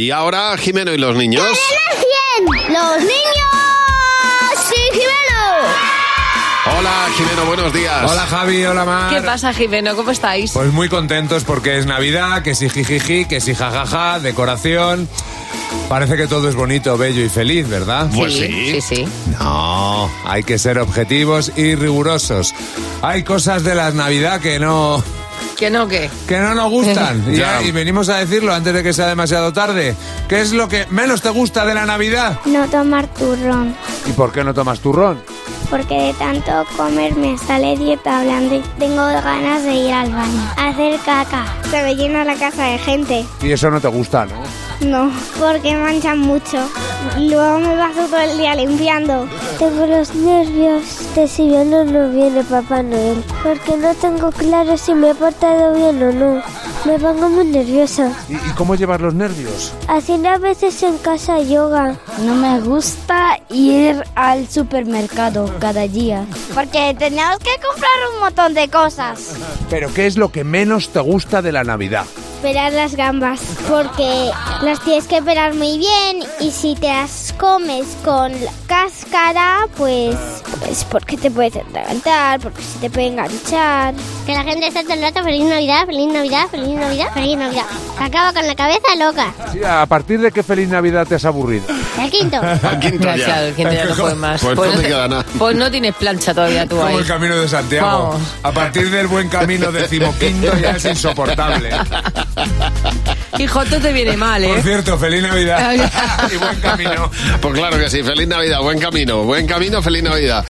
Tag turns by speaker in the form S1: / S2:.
S1: Y ahora Jimeno y los niños.
S2: ¡Los niños! ¡Sí,
S1: Hola Jimeno, buenos días.
S3: Hola Javi, hola Mar.
S4: ¿Qué pasa, Jimeno? ¿Cómo estáis?
S3: Pues muy contentos porque es Navidad, que sí jijiji, que sí jajaja, decoración. Parece que todo es bonito, bello y feliz, ¿verdad?
S1: Pues sí.
S4: Sí, sí.
S3: No, hay que ser objetivos y rigurosos. Hay cosas de la Navidad que no
S4: ¿Que no qué?
S3: que no nos gustan y,
S1: Ya.
S3: y venimos a decirlo antes de que sea demasiado tarde. ¿Qué es lo que menos te gusta de la Navidad?
S5: No tomar turrón,
S3: ¿Y por qué no tomas turrón?
S5: porque de tanto comer me sale dieta blanda y tengo ganas de ir al baño. Hacer caca. Se me llena la casa de gente.
S3: Y eso no te gusta, ¿no?
S5: No, porque manchan mucho. Luego me paso todo el día limpiando. Tengo los nervios de si bien o no viene Papá Noel, porque no tengo claro si me he portado bien o no. Me pongo muy nerviosa.
S3: ¿Y, y cómo llevas los nervios?
S5: Haciendo a veces en casa yoga.
S6: No me gusta ir al supermercado cada día.
S2: Porque tenemos que comprar un montón de cosas.
S3: Pero ¿qué es lo que menos te gusta de la Navidad?
S5: Pelar las gambas, porque las tienes que pelar muy bien y si te las comes con la cáscara, pues, pues porque te puedes atragantar, porque se te puede enganchar.
S2: Que la gente está todo el rato, feliz Navidad, feliz Navidad, feliz Navidad, feliz Navidad. Se acaba con la cabeza loca.
S3: Sí, ¿A partir de qué feliz Navidad te has aburrido?
S2: El quinto.
S1: Al quinto ya.
S4: Gracias, el gente ya no puede más.
S1: Pues no te queda nada.
S4: pues no tienes plancha todavía tú
S3: Como
S4: ahí.
S3: el camino de Santiago.
S4: Pues, Vamos.
S3: A partir del buen camino decimoquinto ya es insoportable.
S4: Hijo, tú te viene mal,
S3: Por
S4: ¿eh?
S3: cierto, feliz Navidad y buen camino.
S1: Pues claro que sí, feliz Navidad, buen camino, buen camino, feliz Navidad.